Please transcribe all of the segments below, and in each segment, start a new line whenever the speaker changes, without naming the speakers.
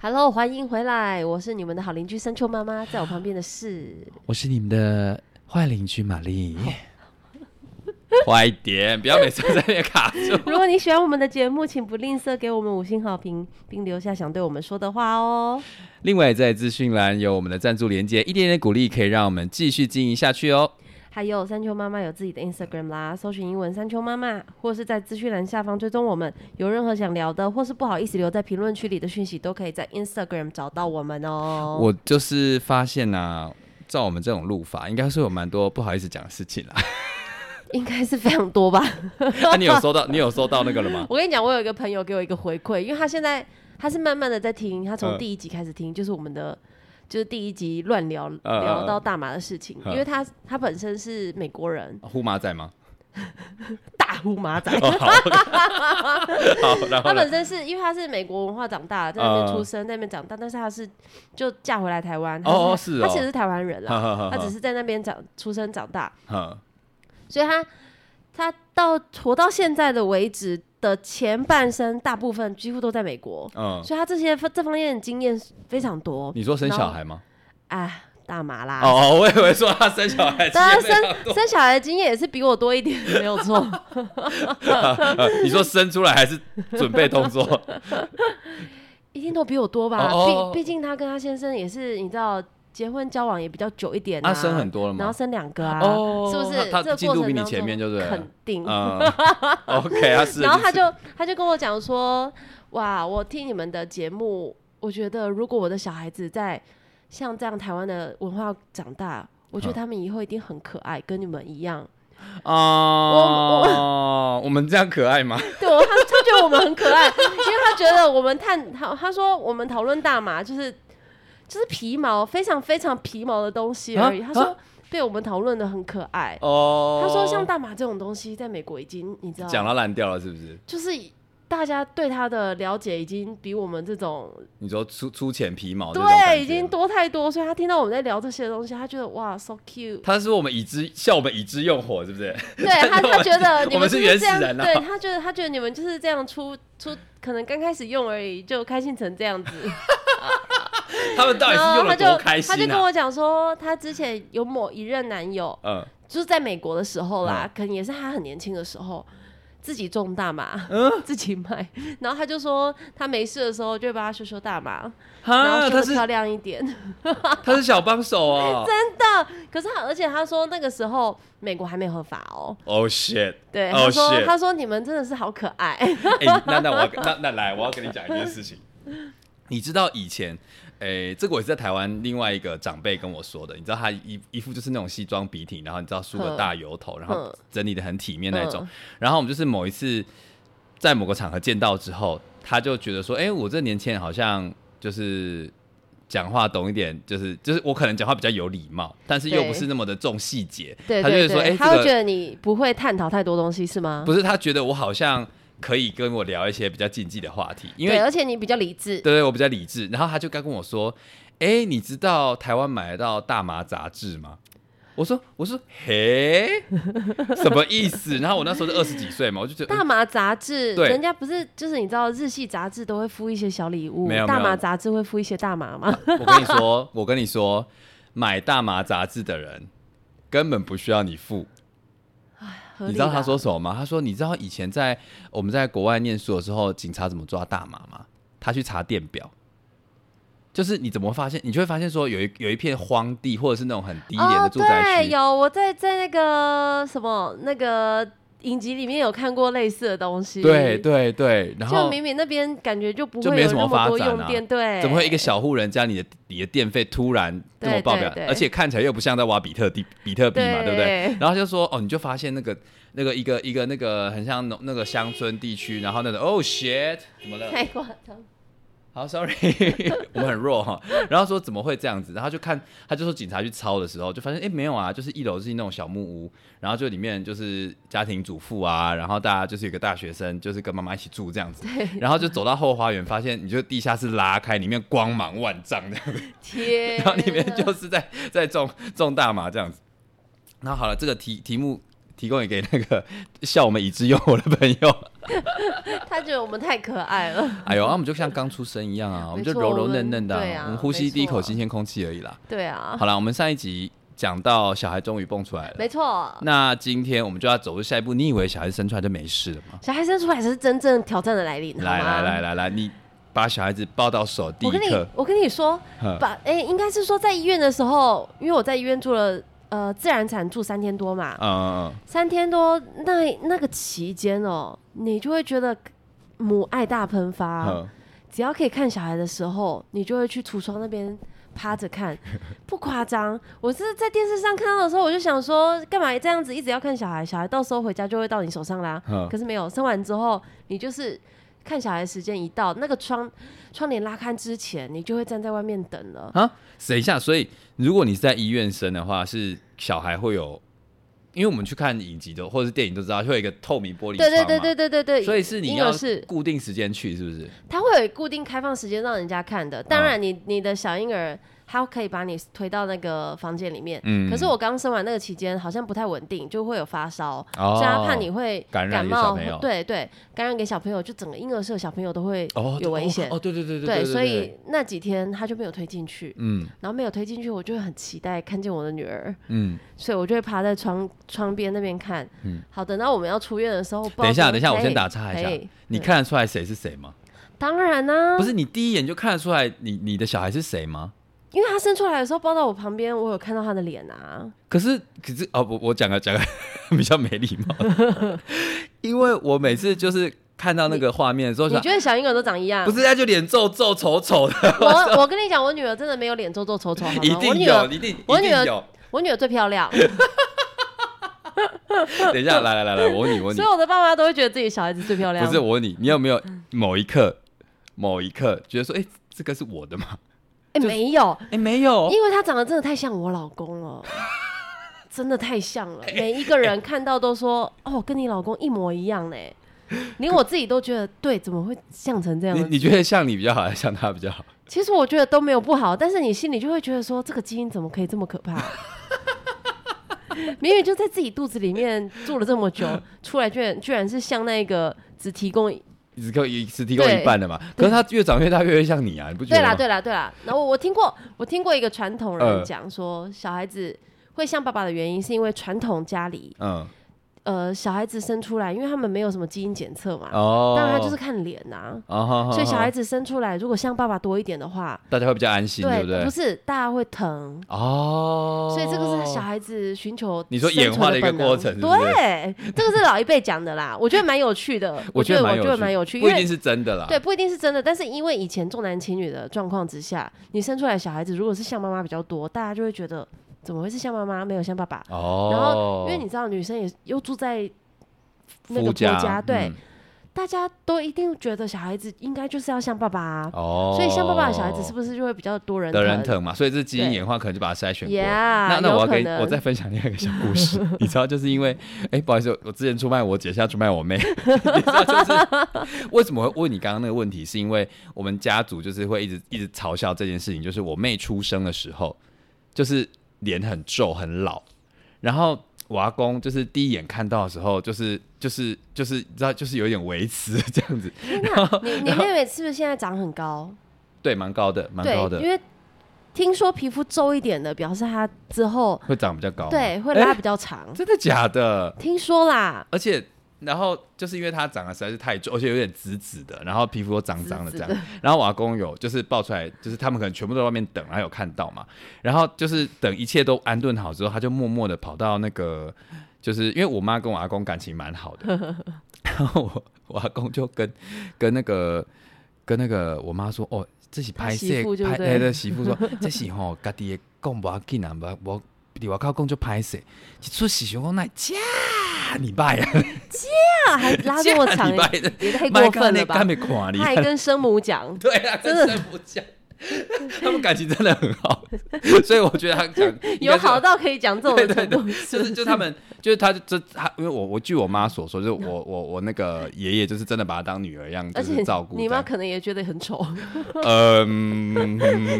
Hello，欢迎回来，我是你们的好邻居深秋妈妈，在我旁边的 是
我是你们的坏邻居玛丽。
快一点，不要每次在那边卡住。
如果你喜欢我们的节目，请不吝啬给我们五星好评，并留下想对我们说的话哦。
另外，在资讯栏有我们的赞助连接，一点点鼓励可以让我们继续经营下去哦。
还有山丘妈妈有自己的 Instagram 啦，搜寻英文山丘妈妈，或是在资讯栏下方追踪我们。有任何想聊的，或是不好意思留在评论区里的讯息，都可以在 Instagram 找到我们哦。
我就是发现呐、照我们这种录法，应该是有蛮多不好意思讲的事情 啦。
应该是非常多吧。
那、你有收到？你有收到那个了 吗？
我跟你讲，我有一个朋友给我一个回馈，因为他现在他是慢慢的在听，他从
嗯
第一集开始听，就是我们的就是第一集乱聊、
嗯
聊到大麻的事情，
嗯
因为他他本身是美国人，
呼麻 仔吗？
大呼马 仔。
哦，好，好，然后
他
呢
本身是因为他是美国文化长大，在那边
嗯
出生，在那边长大，但是他是就嫁回来台湾。
哦
他
是
他
哦
其实是台湾人啦，
好好好
他只是在那边长出生长大，
嗯
所以他他到活到现在的为止的前半生，大部分几乎都在美国。
嗯，
所以他这些这方面的经验非常多。
你说生
然
小
后？
孩吗？
哎，大麻啦。
哦哦，我以为说他生小孩经
啊
但他
验非常
生生小孩的经验也是比我多一点，没有 错。
多， 你说生出来还是准备动 作？
一定都比我多吧？
哦哦
毕毕竟他跟他先生也是，你知道，结婚交往也比较久一点啊，
他生很多了
然后
吗？
生两个啊，
哦
是不是？
他他
这个
进
过
度
程
比你
当
前
中
面就对了
肯定。
嗯，OK，他 是，
然后他就他就跟我讲说，哇，我听你们的节目，我觉得如果我的小孩子在像这样台湾的文化长大，我觉得
嗯
他们以后一定很可爱，跟你们一样。
哦，我们这样可爱吗？
对，我他他觉得我们很可爱，因为他觉得我们探讨，他说我们讨论大麻就是就是皮毛，非常非常皮毛的东西而已。
啊
他说
啊
被我们讨论的很可爱。
哦，
他说像大麻这种东西，在美国已经你知
讲
道，
到烂掉了，是不是？
就是大家对他的了解已经比我们这种
你说粗粗浅皮毛这种感觉，
对已经多太多，所以他听到我们在聊这些东西，他觉得哇 so cute。
他是我们已知笑我们已知用火，是不是？
对他，
我们
他觉得你
我们
就是是这样，
原始人啊
对他觉得他觉得你们就是这样出出，可能刚开始用而已，就开心成这样子。
他们到底
然
是
后
用
他
的
就
多开
他就
心
跟
啊？
我讲说，他之前有某一任男友，
嗯，
就是在美国的时候啦，可能也是他很年轻的时候，自己种大麻，
嗯
自己卖。然后他就说，他没事的时候就会帮他修修大麻，然后
啊，
修
他
的
是
漂亮一点。
他是小帮手哦。
可是他，而且他说那个时候美国还没合法哦。
Oh shit！
对，
Oh,
他说、
shit
他说你们真的是好可爱，
哎、那那我要那那来，我要跟你讲一件事情。你知道以前，哎、这个我也是在台湾另外一个长辈跟我说的。你知道他一一副就是那种西装笔挺，然后你知道梳个
嗯
大油头，然后
嗯
整理的很体面那种。
嗯
然后我们就是某一次在某个场合见到之后，他就觉得说，哎、我这年轻人好像就是。讲话懂一点，就是就是我可能讲话比较有礼貌，但是又
对
不是那么的重细节。
对
他就
对
会说，哎、
对，
这
他会
个。
觉得你不会探讨太多东西是吗？
不是他觉得我好像可以跟我聊一些比较禁忌的话题，因为
对，而且你比较理智，
对对，我比较理智。然后他就刚跟我说：“哎，你知道台湾买得到大麻杂志吗？”我说：“我说嘿，什么意思？”然后我那时候就二十几岁嘛，我就觉得、
大
嗯
麻杂志，
对
人家不是就是你知道日系杂志都会附一些小礼物
没有，没有
大麻杂志会附一些大麻吗？
我跟你说，我跟你说，买大麻杂志的人根本不需要你付。
合
你
理
知道
吧
他说什么吗？他说：“你知道以前在我们在国外念书的时候，警察怎么抓大麻吗？他去查电表，就是你怎么发现？你就会发现说有一有一片荒地，或者是那种很低廉的住宅
哦、对，
区。
有我在在那个什么那个影集里面有看过类似的东西，
对。对对，然
就
后
明明那边感觉就不
就
会
没
有
什
那
么
么
发
多
展
用
啊
电，对，
怎么会一个小户人家你的你的电费突然这么
对
爆表
对对？
而且看起来又不像在挖比特币比特币嘛，对不对？
对？
然后就说哦，你就发现那个那个一个一个那个很像农那个乡村地区，然后那个哦 shit 怎么了？
太夸张，
好，sorry，我 们很弱哈。然后说怎么会这样子？然后就看，他就说警察去抄的时候，就发现哎、诶没有啊，就是一楼是那种小木屋，然后就里面就是家庭主妇啊，然后大家就是有个大学生，就是跟妈妈一起住这样子。然后就走到后花园，发现你就地下室拉开，里面光芒万丈这样子，
天啊！
然后里面就是在在种种大麻这样子。然后好了，这个题题目。提供也给那个笑我们以之用火的朋友。
他觉得我们太可爱 了。
哎呦，啊，我们就像刚出生一样啊，我们就
没错
柔柔嫩嫩的、
我们对啊
我们呼吸第一口
没错
新鲜空气而已啦。
对啊，
好啦，我们上一集讲到小孩终于蹦出来了，
没错。
那今天我们就要走入下一步。你以为小孩生出来就没事了吗？
小孩生出来才是真正挑战的来临，好吗
来来来，来来，你把小孩子抱到手第一
我跟你
刻，
我跟你说
呵，
把哎、应该是说在医院的时候，因为我在医院住了呃自然产住三天多嘛，
嗯嗯
三天多那那个期间哦，你就会觉得母爱大喷
嗯
发，
嗯，
只要可以看小孩的时候，你就会去橱窗那边趴着 看，不夸张。我是在电视上看到的时候，我就想说，干嘛这样子一直要看小孩？小孩到时候回家就会到你手上啦。
嗯
可是没有，生完之后，你就是看小孩的时间一到，那个窗窗帘拉开之前，你就会站在外面等了。
啊，等一下，所以如果你是在医院生的话，是小孩会有，因为我们去看影集的或者是电影都知道，会有一个透明玻璃
对
窗
对
嘛
对对对对对，
所以是你
婴儿
要
室，
固定时间去，是不是？
它会有固定开放时间让人家看
嗯
的。当然你，你的小婴儿。他可以把你推到那个房间里面，
嗯
可是我刚生完那个期间好像不太稳定，就会有发烧，
哦
所以他怕你会
感染给小
冒
朋友，
对对，感染给小朋友，就整个婴儿室的小朋友都会
哦，
有危
哦
险。
哦，对对对对对，
所
对
以那几天他就没有推进去，
嗯
然后没有推进去，我就会很期待看见我的女儿，
嗯，
所以我就会趴在窗窗边那边看。
嗯
好，等到我们要出院的时候，
等一下等一下，我先打
岔
岔一下，你，看得出来谁是谁吗？
嘿当然啊啦、
不是你第一眼就看得出来你你的小孩是谁吗？
因为他生出来的时候抱到我旁边，我有看到他的脸啊。
可是可是哦，我我讲个 讲个比较没礼貌 的，因为我每次就是看到那个画面的时候，
你
想
觉得小婴儿都长一样？
不，是他就脸皱皱丑丑的，
我我跟你讲，我女儿真的没有脸皱皱丑丑，好吗？
一
我
定
女
有，
儿，
一定
我
一定
女儿
有。
我女儿最漂亮，
等一 下，来来来来，我问你我问你
所，有的爸妈都会觉得自己小孩子最漂亮。
不是我问你，你有没有某一刻某一刻觉得说，哎，这个是我的吗？
哎、没有，
哎，没有，
因为他长得真的太像我老公了，真的太像了。每一个人看到都说：“哦，跟你老公一模一样呢。”连我自己都觉得，对，怎么会像成这样
你
子？
你觉得像你比较好，还是像他比较好？
其实我觉得都没有不好，但是你心里就会觉得说，这个基因怎么可以这么可怕？ 明明就在自己肚子里面住了这么久，出来居然居然是像那个只提供
只够一只提供
对
一半的嘛。可是他越长越大，越会像你啊，你不觉
对
得
啦
吗？
对啦对啦。然后我我听过我听过一个传统人讲说，小孩子会像爸爸的原因是因为传统家里
嗯，
呃小孩子生出来，因为他们没有什么基因检测嘛，
哦，
当然他就是看脸呐、
哦，好好
所以小
好
孩子生出来，如果像爸爸多一点的话，
大家会比较安心，对不对？
是大家会疼，
哦，
所以这个是小孩子寻求
你说
生存
演化的一个
本能
过程是不是
对，这个是老一辈讲的啦，我 觉得蛮有趣的，
我
觉
觉
得
得蛮
我觉
有趣，
得蛮有趣，因
不一定
为。
是真的啦。
对，，不一定是真的，但是因为以前重男轻女的状况之下，你生出来小孩子如果是像妈妈比较多，大家就会觉得怎么会是像妈妈，没有像爸爸？
哦，
然后因为你知道女生也又住在那个
夫
婆
家
对，
嗯
大家都一定觉得小孩子应该就是要像爸爸、啊，
哦，
所以像爸爸的小孩子是不是就会比较多人
得
疼？
人疼嘛，所以这基因
对
演化可能就把它筛选过。
，Yeah，
那那
啊
我要
有可
给
能
我再分享另外一个小故 事，你知道，就是因为，哎，不好意思，我之前出卖我姐，现在出卖我妹， 你知道，就是 为什么会问你刚刚那个问题，是因为我们家族就是会一直一直嘲笑这件事情，就是我妹出生的时候，就是脸很皱很老，然后我阿公就是第一眼看到的时候，就是就是就是你知道，就是有一点维持这样子，
天哪，你你妹妹是不是现在长很高？
对，蛮高的，蛮
对
高，的
因，为听说皮肤皱一点的，表示她之后
会长比较高吗，
对会
哦诶
拉比较长，
真的假的？
听说啦。
而且然后就是因为他长得实在是太皱，而且有点紫紫的，然后皮肤又脏脏的这样。
紫
然后我阿公有就是抱出来，就是他们可能全部都在外面等，然后有看到嘛。然后就是等一切都安顿好之后，他就默默的跑到那个，就是因为我妈跟我阿公感情蛮好的，然后我我阿公就跟跟那个跟那个我妈说，哦，这是拍摄
他媳妇就
拍
对
那个媳妇说，这是吼家己的讲不要紧啊，无无。你外口讲就拍摄，一出是想讲那假你拜啊，
啊，还 拉这么 长
礼，拜的，
也太过分了吧
干？没看你，
她还跟生母讲
对啊，跟生不讲， 他们感情真的很好， 所以我觉得他讲应
有
该是
好到可以讲这种
对
程
对
度，
对，就是就他们就是他就他，因为我我据我妈所说，就是我我我那个爷爷就是真的把他当女儿一样，
嗯而
就
且
是照顾这
你妈
样。
可能也觉得很丑，
嗯，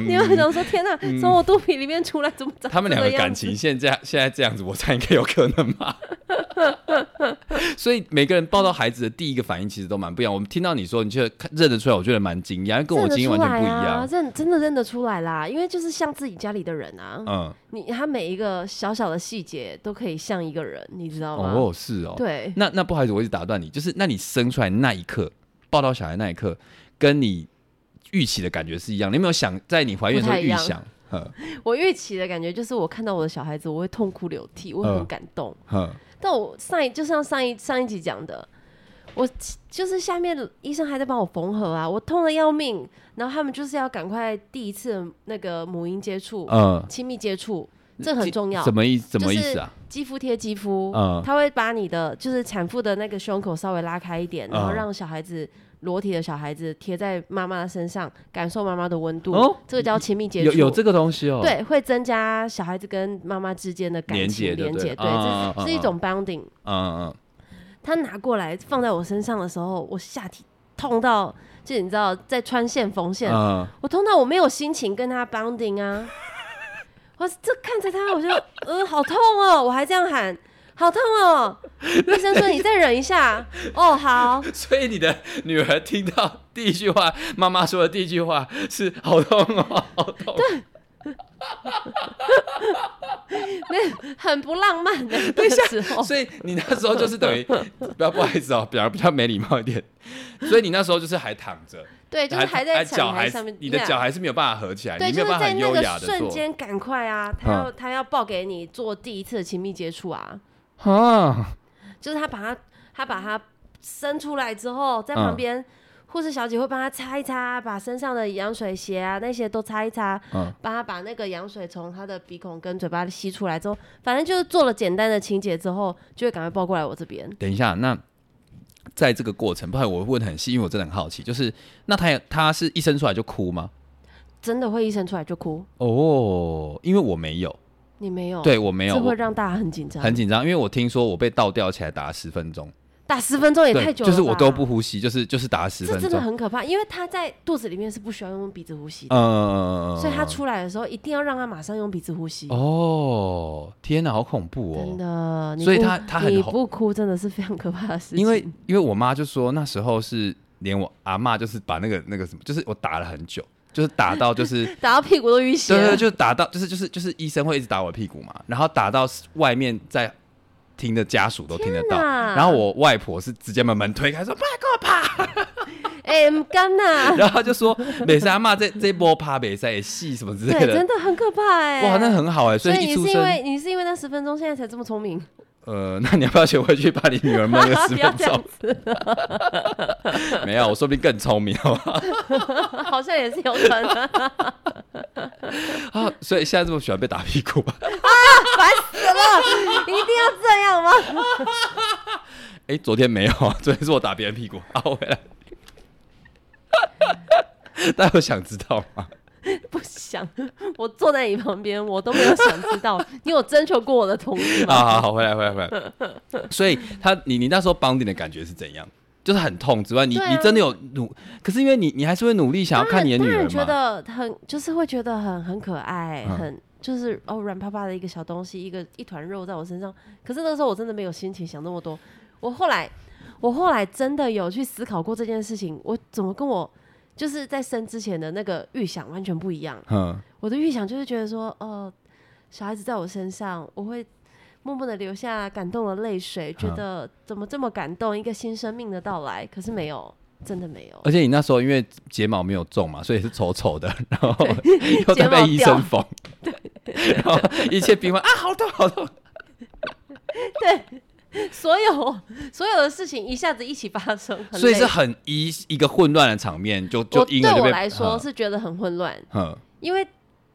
你妈可能说：“天哪，从我肚皮里面出来怎么长
他们
这
两个
样
感
子
情现在现在这样子，我猜应该有可能吧？所以每个人抱到孩子的第一个反应其实都蛮不一样。我们听到你说，你觉得看认得出来，我觉得蛮惊讶，跟我今天
啊
完全不一样。
认真的认得出来啦，因为就是像自己家里的人啊，
嗯，
你他每一个小小的细节都可以像一个人，你知道吗？
哦，是哦。
对，
那那不好意思，我一直打断你，就是那你生出来那一刻，抱到小孩那一刻，跟你预期的感觉是一样。你有没有想在你怀孕的时候
不太一
预
样
想？呵
我预期的感觉就是我看到我的小孩子，我会痛哭流涕，我会很
嗯
感动。
呵，
但我上一就像上一上一集讲的，我就是下面医生还在帮我缝合啊，我痛的要命，然后他们就是要赶快第一次那个母婴接触、
嗯，
亲密接触，这很重要
什。么意什
就
么
是
意思啊？
肌肤贴肌肤，
嗯
他会把你的就是产妇的那个胸口稍微拉开一点，然后
嗯
让小孩子裸体的小孩子贴在妈妈的身上，感受妈妈的温度。
哦
这个叫亲密接触。
有有这个东西哦。。
对，会增加小孩子跟妈妈之间的感
连
情
接对
连
不对
接，对，
嗯嗯
这
嗯
是是一
嗯
种 bounding。
嗯嗯
他拿过来放在我身上的时候，我下体痛到，就你知道，在穿线缝线，
嗯
我痛到我没有心情跟他 bonding 啊。我这看着他，我就 呃好痛哦，我还这样喊，好痛哦。医生说你再忍一 下，哦好，
嗯。所以你的女儿听到第一句话，妈妈说的第一句话是“好痛哦，好痛”。
那很不浪漫的 那个时候，
所以你那时候就是等于， 不要不好意思哦，比较比较没礼貌一点。所以你那时候就是还躺着，
对，哎就是还在
脚
产
还
台
是
上面，
你的
yeah
脚还是没有办法合起来，
对，
你没
就
有
是
办法
在
很
那
优
个
雅的
瞬
做。嗯
间赶快啊，他要他要报给你做第一次的亲密接触啊，
啊，
就是他把他他把他伸出来之后，在
嗯
旁边、护士小姐会帮他擦一擦，把身上的羊水鞋啊那些都擦一擦，
嗯
帮他把那个羊水从他的鼻孔跟嘴巴吸出来之后，反正就是做了简单的清洁之后，就会赶快抱过来我这边。
等一下，那在这个过程，不然我问得很细，因为我真的很好奇，就是那他也他是一生出来就哭吗？
真的会一生出来就哭，
哦，因为我没有，
你没有？
对我没有，
这哦会
我
让大家很紧张，
很紧张，因为我听说我被倒吊起来打了十分钟，
打十分钟也
对
太久了，
就是我都不。呼吸，就是就是打了十
这
分
真
钟，
的很可怕，因为他在肚子里面是不需要用鼻子呼吸的，
嗯，
所以他出来的时候一定要让他马上用鼻子呼吸。
哦，天哪，好恐怖
真
哦！
的，你
所以
不
他他很
你
红
不哭真的是非常可怕的事情。
因为因为我妈就说那时候是连我阿嬷就是把那个那个什么，就是我打了很久，就是打到 就是。
打到屁股都淤血
对
了，
对，就打到，就是就是就是医生会一直打我屁股嘛，然后打到外面在听的家属都听得到，
天啊哪
然后我外婆是直接把门 推开说爸给我爬，
哎，唔干 呐，
然后她就说美莎骂这这一波爬美赛戏什么之类
对，
的
真，的很可怕哎。
哇，那很好哎、
所
以
以
一
你
出
是因为
生，
你是因为那十分钟现在才这么聪明，
呃，那你要不要学回去把你女儿闷个 十
不要
分
这样
钟？
子，
没有，我说不定更聪明，好吧？
好像也是有可能，
啊，所以现在这么喜欢被打屁股吧？
一定要这样吗？
哎、昨天没有 啊，昨天是我打别人屁股，啊，我回来。 大家有想知道 吗？
不想，我坐在你旁边，我都没有想知道，你有征求过我的同意吗？
啊好好好，回来回来回来。所以他，你你那时候 bonding 的感觉是怎样？就是很痛之外，你、
对啊
你真的有努，可是因为你你还是会努力想要看你的
当
女
然
儿
觉
嘛。
得很，就是会觉得很很可爱，
嗯
很就是哦软趴趴的一个小东西，一个一团肉在我身上。可是那个时候我真的没有心情想那么多。我后来，我后来真的有去思考过这件事情，我怎么跟我就是在生之前的那个预想完全不一样。
嗯，
我的预想就是觉得说，哦、小孩子在我身上，我会默默的流下感动的泪水，觉
嗯
得怎么这么感动，一个新生命的到来。可是没有，真的没有。
而且你那时候因为睫毛没有种嘛，所以是丑丑的， 然后又
睫
在
毛
被医
掉
生缝， 然后一切变化啊，好痛好痛，
所有所有的事情一下子一起发生，很累
所以是很一一个混乱的场面，就就
我
因而
对
就
我
被
来说
嗯
是觉得很混乱，
嗯
因为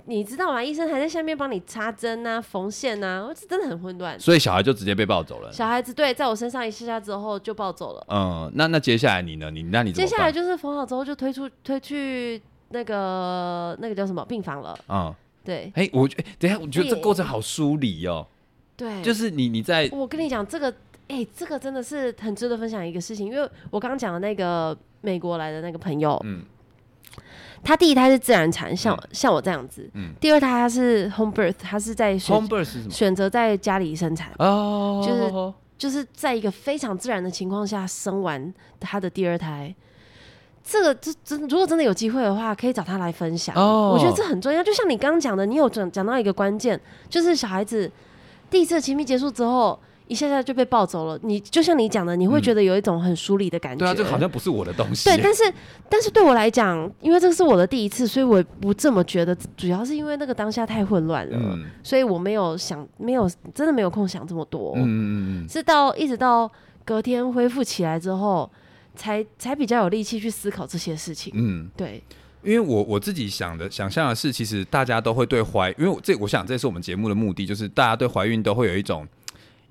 你知道吗？医生还在下面帮你插针啊、缝线啊，我真的很混乱。
所以小孩就直接被抱走了。
小孩子对，在我身上一下下之后就抱走了，
嗯，那那接下来你呢？你那你怎
接
么
下
办
来就是缝好之后就推出推去那个那个叫什么病房了，
嗯，
对
哎、我觉得等一下，我觉得这过程好疏离哦。
对，
就是你你在
我跟你讲这个。哎、这个真的是很值得分享一个事情，因为我刚刚讲的那个美国来的那个朋友，
嗯
他第一胎是自然产，像、像我这样子，
嗯
第二胎他是 home birth，他是在选
home birth 是什么？
选择在家里生产，
哦，
就是
哦
就是在一个非常自然的情况下生完他的第二胎。这个这真如果真的有机会的话，可以找他来分享。
哦
我觉得这很重要。就像你刚刚讲的，你有讲讲到一个关键，就是小孩子第一次亲密结束之后，一下下就被抱走了。你就像你讲的，你会觉得有一种很疏离的感觉。
对啊，这好像不是我的东西。
对，但是但是对我来讲，因为这是我的第一次，所以我不这么觉得。主要是因为那个当下太混乱了，
嗯
所以我没有想，没有真的没有空想这么多。
嗯嗯嗯
是到一直到隔天恢复起来之后，才才比较有力气去思考这些事情。
嗯，
对，
因为我我自己想的想象的是，其实大家都会对怀，因为我这我想这是我们节目的目的，就是大家对怀孕都会有一种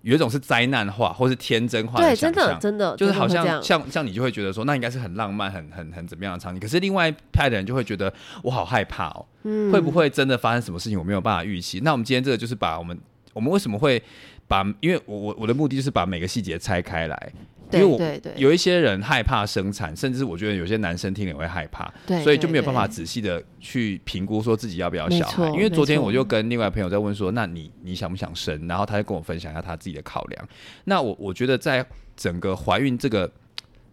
有一种是灾难化或是天真化
对，
想
真的
象。
真的
就是
真的
好
会这
像
样
像像你就会觉得说，那应该是很浪漫、很很很怎么样的场景。可是另外一派的人就会觉得，我好害怕哦，
嗯
会不会真的发生什么事情，我没有办法预期。那我们今天这个就是把我们我们为什么会把，因为我我我的目的就是把每个细节拆开来，因
对
为我
对对
有一些人害怕生产，甚至我觉得有些男生听了也会害怕，
对
所以就没有
对
办法
对
仔细的去评估说自己要不要
没
小孩。
错
因为昨天
没错
我就跟另外朋友在问说，那你你想不想生？然后他就跟我分享一下他自己的考量。那我我觉得在整个怀孕这个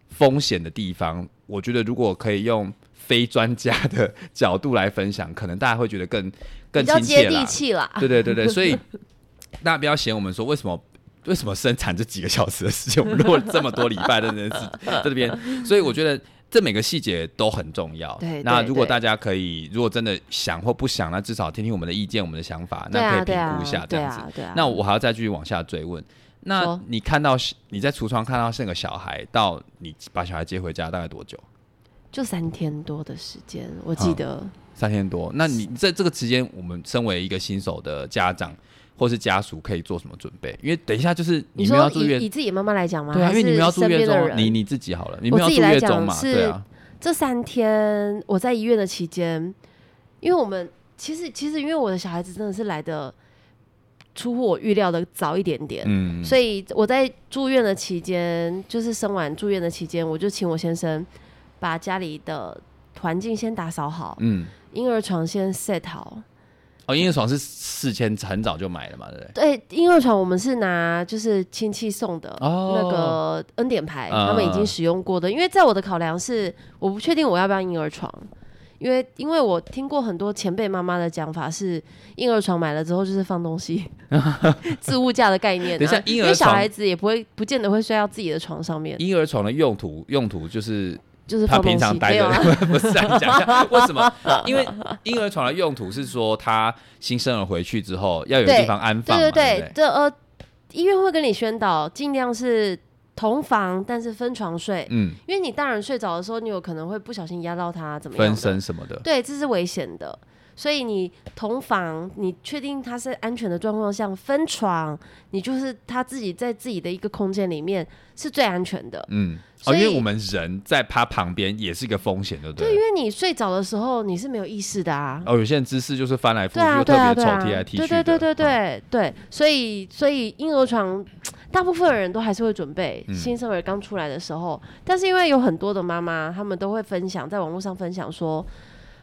风险的地方，我觉得如果可以用非专家的 角度来分享，可能大家会觉得更更
比较
亲
接
切
地
啦。
气啦？
对对对对，所 以大家不要嫌我们说为什么。为什么生产这几个小时的时间，我们录了这么多礼拜的人在这边？ 所以我觉得这每个细节都很重要。
对
那
对
如果
对
大家可以，如果真的想或不想，那至少听听我们的意见、我们的想法，
对
那可
啊
以
对
评估
啊
一下这
对
样子。
啊对啊。
那我还要再继续往下追问。那
说
你看到你在橱窗看到那个小孩，到你把小孩接回家大概多久？
就三天多的时间，我记
好
得。
三天多。那你在这个期间，我们身为一个新手的家长或是家属，可以做什么准备？因为等一下就是
你
你们要
说
住
以
院
以，自己妈妈来讲吗？
对啊，因为你们要
还是
住
身
院
边的
中，
人
你你自己好了，你
我
们要
自
住
己来
院中嘛，
讲是
对啊，
这三天我在医院的期间，因为我们其实其实因为我的小孩子真的是来的出乎我预料的早一点点，
嗯，
呃所以我在住院的期间，就是生完住院的期间，我就请我先生把家里的环境先打扫好，
嗯，
婴儿床先 set 好。
哦，因为床是事前很早就买了嘛，对不对？
对，婴儿床我们是拿就是亲戚送的，
哦
那个恩典牌，
嗯
他们已经使用过的。因为在我的考量是，我不确定我要不要婴儿床，因为因为我听过很多前辈妈妈的讲法是，婴儿床买了之后就是放东 西，置物架的概念、啊。
等一下婴
因
儿
为小
床
孩子也不会不见得会睡到自己的床上面，
婴儿床的用途用途就是
就是
他
放东
平
西
常。待
没有
着、
啊，
不是啊，讲一下为什么？因为婴儿床的用途是说，他新生儿回去之后要有
对
地方安放嘛，
对对
对不
对，这呃，医院会跟你宣导，尽量是同房，但是分床睡。
嗯，
因为你大人睡着的时候，你有可能会不小心压到他，怎么样的？
分身什么的，
对，这是危险的。所以你同房，你确定他是安全的状况下分床，你就是他自己在自己的一个空间里面是最安全的。
嗯，
所
哦，因
以
为我们人在他旁边也是一个风险，对不
对，
对
因
了？
为你睡着的时候你是没有意识的啊。
哦，有些人姿势就是翻来覆
对啊，
去，就
对啊，
特
对
别丑
啊，
踢来踢去的。
对对对对
嗯，
对对，所以所以婴儿床，大部分人都还是会准备
嗯
新生儿刚出来的时候，但是因为有很多的妈妈，她们都会分享在网络上分享说，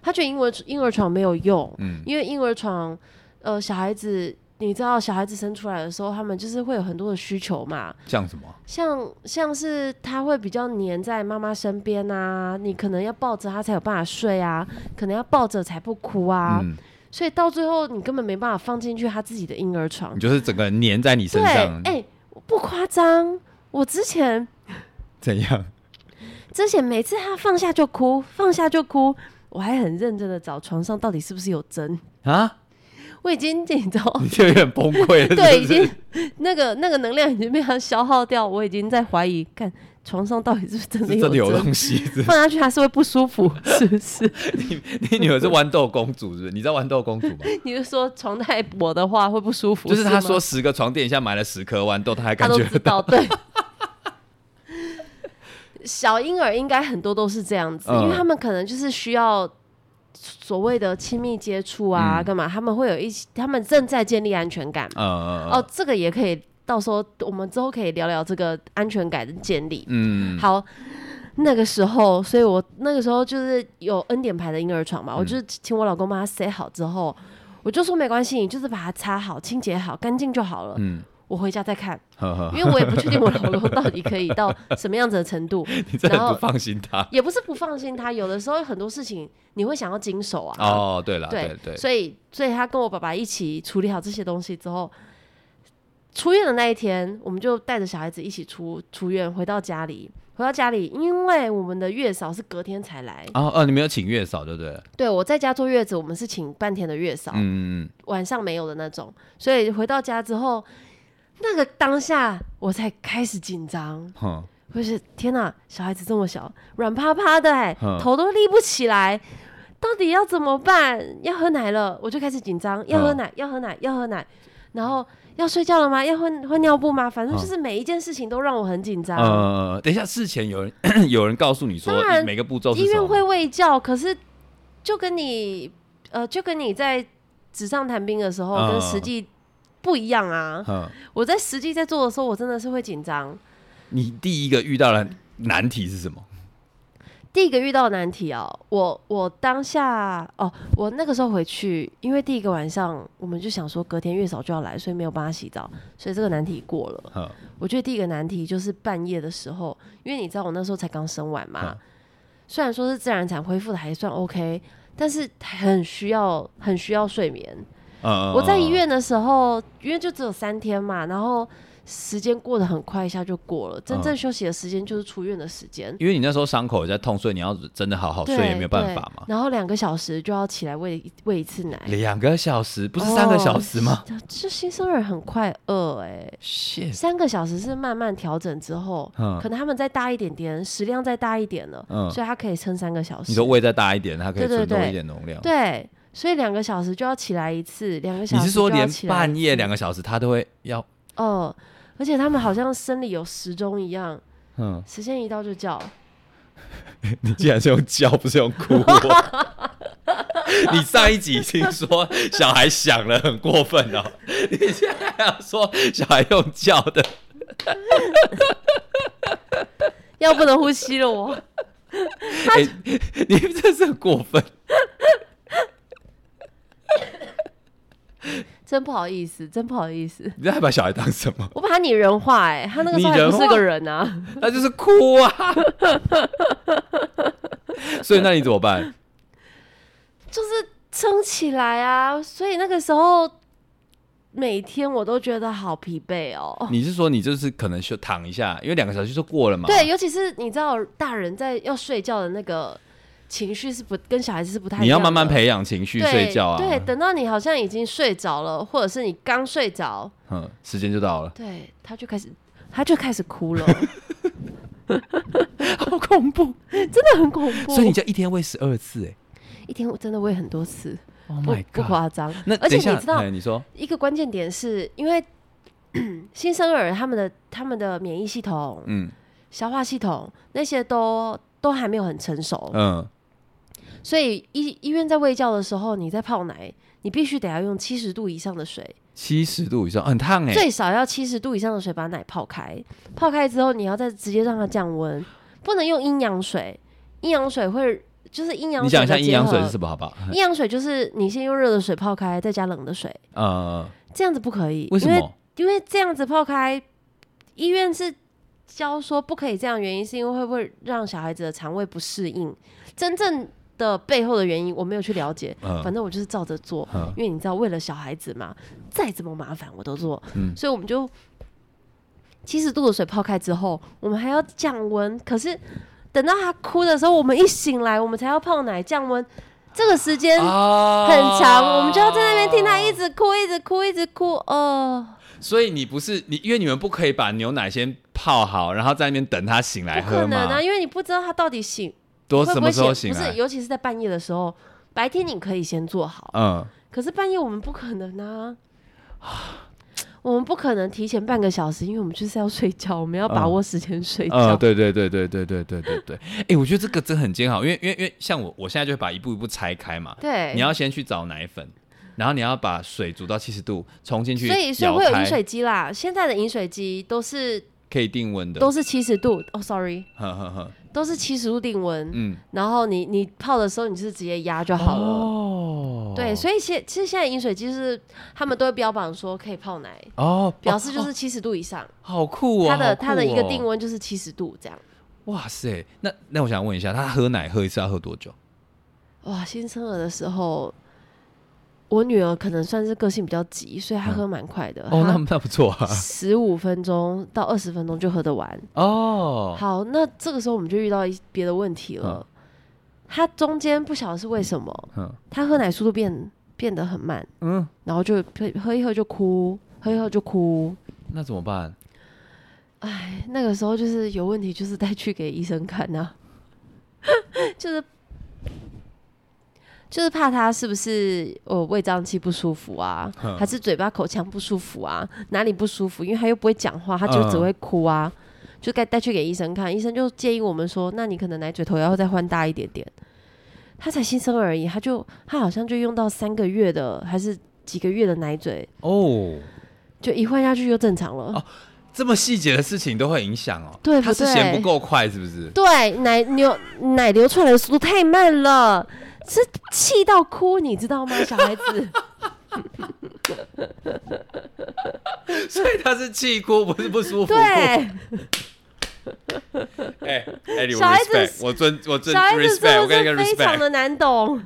她觉得婴儿婴儿床没有用，
嗯
因为婴儿床，呃，小孩子。你知道小孩子生出来的时候，他们就是会有很多的需求嘛，
像什么？
像像是他会比较黏在妈妈身边啊，你可能要抱着他才有办法睡啊，可能要抱着才不哭啊，
嗯，
所以到最后你根本没办法放进去他自己的婴儿床
你。就是整个人粘在你身
对，
上
哎、，我不夸张，我之前
怎样？
之前每次他放下就哭，放下就哭，我还很认真的找床上到底是不是有针，
啊，
我已经你 知道。
你就有点崩 溃了，
对，
是
已
不是
经 那个那个能量已经被他消耗掉，我已经在怀疑，看床上到底是不是真的
是真的有
针，
东西。 是不是
放下去还是会不舒服，是不是？
你女儿是豌豆公主，是不是？你知道豌豆公主吗？
你就说床太薄的话会不舒服，
就是
是
她
吗
说十个床垫以下买了十颗豌豆，她还
他
感
都
觉
知道，对。 小婴儿应该很多都是这样子，
嗯
因为他们可能就是需要所谓的亲密接触啊，
嗯
干嘛？他们会有一些，他们正在建立安全感。
嗯
哦，这个也可以，到时候我们之后可以聊聊这个安全感的建立。
嗯
好，那个时候，所以我那个时候就是有恩典牌的婴儿床
嗯
嘛，我就是请我老公帮他塞好之后，我就说没关系，你就是把它擦好、清洁好、干净就好了。
嗯，
我回家再看，
呵呵，
因为我也不确定我老罗到底可以到什么样子的程度，
你真的
然后
很不放心他。
也不是不放心他，有的时候很多事情你会想要经手啊。
哦，对了，
对
对对，
所以所以他跟我爸爸一起处理好这些东西之后，出院的那一天，我们就带着小孩子一起出出院，回到家里。回到家里，因为我们的月嫂是隔天才来，
哦哦，你没有请月嫂，对不对了？
对我在家坐月子，我们是请半天的月嫂，
嗯嗯
晚上没有的那种。所以回到家之后，那个当下我才开始紧张
嗯，，哼，
我就是天哪，小孩子这么小，软趴趴的、欸
嗯，
头都立不起来，到底要怎么办？要喝奶了，我就开始紧张，要喝奶，
嗯
要喝奶，要喝奶，然后要睡觉了吗？要换换尿布吗？反正
嗯
就是每一件事情都让我很紧张。
呃，等一下，事前有人 有人告诉你说
当然
每个步骤是
医
什
院
么
会
吗？
喂教，可是就跟你呃，就跟你在纸上谈兵的时候、
嗯
跟实际不一样啊。
嗯，
我在实际在做的时候，我真的是会紧张。
你第一个遇到的难题是什么？
第一个遇到的难题哦，我我当下哦，我那个时候回去，因为第一个晚上我们就想说隔天月嫂就要来，所以没有帮她洗澡，所以这个难题过了。
哼，
我觉得第一个难题就是半夜的时候，因为你知道我那时候才刚生完嘛，
嗯
虽然说是自然产恢复的还算 OK，但是很需要很需要睡眠。
呃，
我在医院的时候，因为就只有三天嘛，然后时间过得很快，一下就过了。真正
嗯
休息的时间就是出院的时间。
因为你那时候伤口也在痛，所以你要真的好好睡
对
也没有办法嘛
对。然后两个小时就要起来喂一喂一次奶，
两个小时不是三个小时吗？
这这新生儿很快饿哎、
谢，
三个小时是慢慢调整之后，
嗯
可能他们再大一点点，食量再大一点了，
嗯
所以他可以撑三个小时。
你说胃再大一点，它可
对
以
对
存多
对
一点容量。
对，所以两个小时就要起来一次，两个小
你
时
是说
就要
连
起来
半夜
一次
两个小时它都会要？
哦、而且他们好像生理有时钟一样，
嗯，
时间一到就叫。
你竟然是用叫，不是用哭我。你上一集已经说小孩想了很过分了，你现在还要说小孩用叫的，
要不能呼吸了我，
哎、你这是很过分。
真不好意思，真不好意思，
你这还把小孩当什么？
我把他拟人化哎、他那个时候
拟
还
人
不是
化
个人啊，
他就是哭啊。所以那你怎么办？
就是撑起来啊，所以那个时候每天我都觉得好疲惫哦。
你是说你就是可能休躺一下，因为两个小时就过了嘛？
对，，尤其是你知道，大人在要睡觉的那个情绪是不跟小孩子是不太一样的
你要慢慢培养情绪，
对
睡觉啊。
对，等到你好像已经睡着了，或者是你刚睡着，
嗯，时间就到了，
对，他就开始他就开始哭了，
好恐怖。
真的很恐怖。
所以你就一天喂十二次，哎
一天我真的喂很多次，
，Oh
不
my
不
god！
夸张。
那
而且
等一下
你知道
哎你说，
一个关键点是因为 新生儿他们的他们的免疫系统、
嗯
消化系统那些都都还没有很成熟，
嗯，
所以医医院在喂教的时候，你在泡奶，你必须得要用七十度以上的水，
七十度以上，很烫哎。
最少要七十度以上的水把奶泡开。泡开之后，你要再直接让它降温，不能用阴阳水，阴阳水会就是阴阳
你
水的
讲一下阴
结
阳
合
水是什么好不好？
阴阳水就是你先用热的水泡开，再加冷的水，
呃，
这样子不可以。
为什
因为
么？
因为这样子泡开，医院是教说不可以这样，原因是因为会不会让小孩子的肠胃不适应？真正的背后的原因我没有去了解，
嗯
反正我就是照着做，
嗯
因为你知道，为了小孩子嘛，再怎么麻烦我都做，
嗯
所以我们就七十度的水泡开之后，我们还要降温，可是等到他哭的时候，我们一醒来，我们才要泡奶降温，这个时间。
啊
很长，我们就要在那边听他一直哭，一直哭，一直哭，哦，
所以你不是你，因为你们不可以把牛奶先泡好，然后在那边等他醒来
不可
喝
能
嘛
啊，？因为你不知道他到底醒
多
会
什
不
么
会
时候
醒，
醒
不是，
来？
尤其是在半夜的时候，白天你可以先做好，
嗯，
可是半夜我们不可能 啊。我们不可能提前半个小时，因为我们就是要睡觉，我们要把握时间睡觉。
呃，对对对对对对对对对，哎、我觉得这个真的很煎熬，因为因为因为像我，我现在就会把一步一步拆开嘛。
对
你要先去找奶粉，然后你要把水煮到七十度，冲进去
所以所以
摇
会有
开
饮水机啦。现在的饮水机都是
可以定温的。
都是七十度哦，sorry，
呵呵呵，
都是七十度定温。
嗯，
然后你你泡的时候，你就是直接压就好了。
哦，
哦，
对，所以现其实现在饮水机是他们都会标榜说可以泡奶，
哦，
表示就
哦
是七十度以上，
好酷哦！
它的
好酷
它的一个
哦
定，温就是七十度这样。
哇塞！那那我想问一下，他喝奶喝一次要喝多久？
哇，新生儿的时候，我女儿可能算是个性比较急，所以她
嗯
喝蛮快的。
哦，那那不错啊！
十五分钟到二十分钟就喝得完。
哦，
好，那这个时候我们就遇到一别的问题了。她中间不晓得是为什么，
嗯
她喝奶速度变变得很慢，
嗯，
然后就喝喝一喝就哭，喝一喝就哭。
那怎么办？
哎，那个时候就是有问题，就是带去给医生看呐、啊 就是就是怕他是不是呃胃胀气不舒服啊，
嗯
还是嘴巴口腔不舒服啊，哪里不舒服？因为他又不会讲话，他就只
嗯
会哭啊，就该带去给医生看。医生就建议我们说，那你可能奶嘴头要再换大一点点。他才新生儿而已，他就他好像就用到三个月的还是几个月的奶嘴，
哦，
就一换下去就正常了。
哦这么细节的事情都会影响哦。
对不
他是嫌
对
不够快，是不是？
对，奶流奶流出来的速度太慢了，是气到哭，你知道吗？小孩 子，
所以他是气哭，不是不舒服。
对，
哎哎，你我
小孩子
respect，我尊我尊
小孩子
respect，我
真
跟
的
你个
是非常
respect。
的难懂，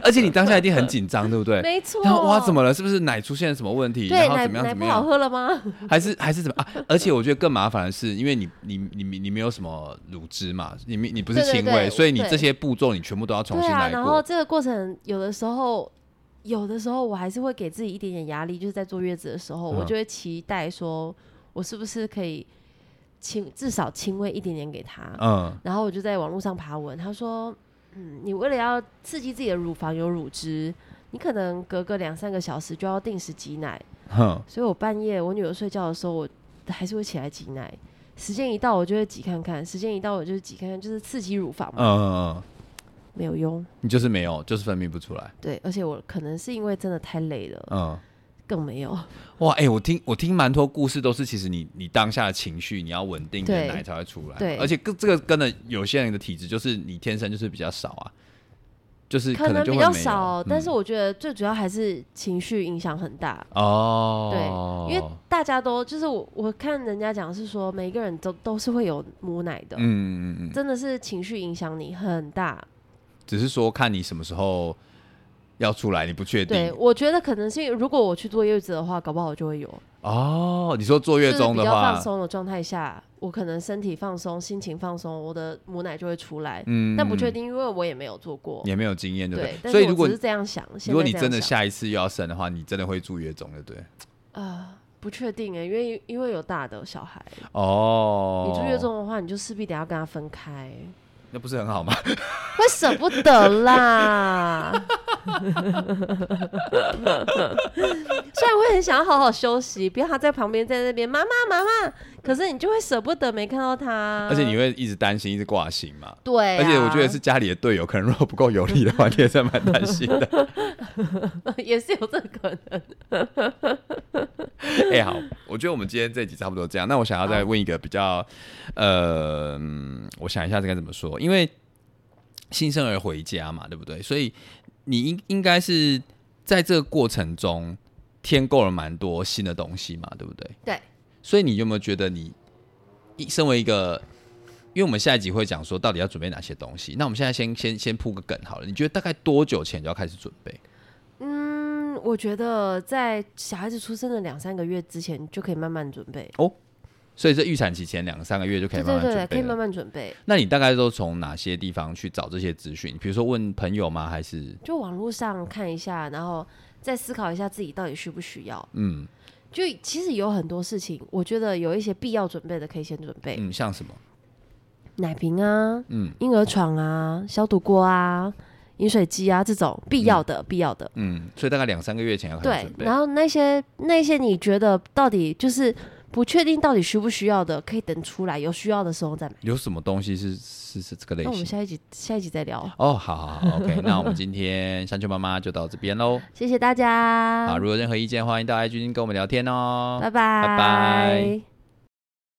而且你当下一定很紧张，对不对？
没错。
然后哇，怎？么了？是不是奶出现了什么问题？
对，
然后
奶
怎么样
奶
怎
不
么
好
样？
喝了吗？
还是还是怎么啊？而且我觉得更麻烦的是，因为你你你你你没有什么乳汁嘛，你没你不是
对对
亲
对
喂，所以你
对
这些步骤你全部都要重
对
新
啊，
来
然后
过。
这个过程有的时候，有的时候我还是会给自己一点点压力，就是在坐月子的时候，我
嗯
就会期待说，我是不是可以亲至少亲喂一点点给他，
嗯，
然后我就在网络上爬文，他说，嗯，你为了要刺激自己的乳房有乳汁，你可能隔个两三个小时就要定时挤奶，
哼，
所以我半夜我女儿睡觉的时候，我还是会起来挤奶。时间一到，我就会挤看看；时间一到，我就挤看看，就是刺激乳房
嗯
嘛，
嗯嗯，
没有用。
你就是没有，就是分泌不出来。
对，而且我可能是因为真的太累了，
嗯，
更没有。
哇，哎、我听我听蛮多故事，都是其实你你当下的情绪，你要稳定，你的
对
奶才会出来。
对
而且跟这个跟的有些人的体质，就是你天生就是比较少啊，就是
可
能
能
就
比
会
较
没有
少，
嗯
但是我觉得最主要还是情绪影响很大。
哦，
对，因为大家都就是我，我看人家讲是说，每一个人都都是会有母奶的，
嗯嗯嗯嗯，
真的是情绪影响你很大。
只是说看你什么时候要出来，你不确
对，
定。
我觉得可能是因为如果我去坐月子的话，搞不好我就会有。
哦，你说坐月
就是
中
比
的
较放
话，
松的状态下，我可能身体放松，心情放松，我的母奶就会出来。
嗯
但不确，定，因为我也没有做过。
也没有经验，对不
对，但
所以
是
如
我
果
只是这样想。现
如果
在
你
这样
真的
想
下一次又要生的话，你真的会住月中，对不对？
啊。不确定哎、因为因为有大的小孩，
哦，
你住月，中的话，你就势必得要跟他分开，
那不是很好吗？
嗯会舍不得啦。 虽然我也很想要好好休息，不要他在旁边在那边妈妈妈妈，可是你就会舍不得没看到他，
而且你会一直担心，一直挂心嘛。
对、啊
而且我觉得是家里的队友，可能如果不够有力的话，你也是蛮担心的。
是 也是有这个可能。
哎、好，我觉得我们今天这集差不多这样。那我想要再问一个比较，呃，嗯我想一下这该怎么说，因为新生儿回家嘛，对不对？所以你应应该是在这个过程中添购了蛮多新的东西嘛，对不对？
对，
所以你有没有觉得你一身为一个，因为我们下一集会讲说到底要准备哪些东西，那我们现在先先先铺个梗好了。你觉得大概多久前就要开始准备？
嗯，我觉得在小孩子出生的两三个月之前就可以慢慢准备，
所以这预产期前两三个月就可以
对对
慢慢准备
对，
了。
可以慢慢准备。
那你大概都从哪些地方去找这些资讯？比如说问朋友吗？还是
就网络上看一下，然后再思考一下自己到底需不需要。
嗯
就其实有很多事情，我觉得有一些必要准备的可以先准备，
嗯，像什么？
奶瓶啊、
嗯
婴儿床啊、消毒锅啊、饮水机啊这种必要的、必要的。
嗯，所以大概两三个月前要开始
对
准，备
然。后那些那些你觉得到底就是不确定到底需不需要的，可以等出来有需要的时候再买。
有什么东西是是是这个类
那我们
型？
下一集下一集再聊，
哦，好好 好，OK，那我们今天山丘妈妈就到这边喽。
谢谢大家，
好，如果有任何意见，欢迎到 IG 跟我们聊天哦。
拜拜
拜拜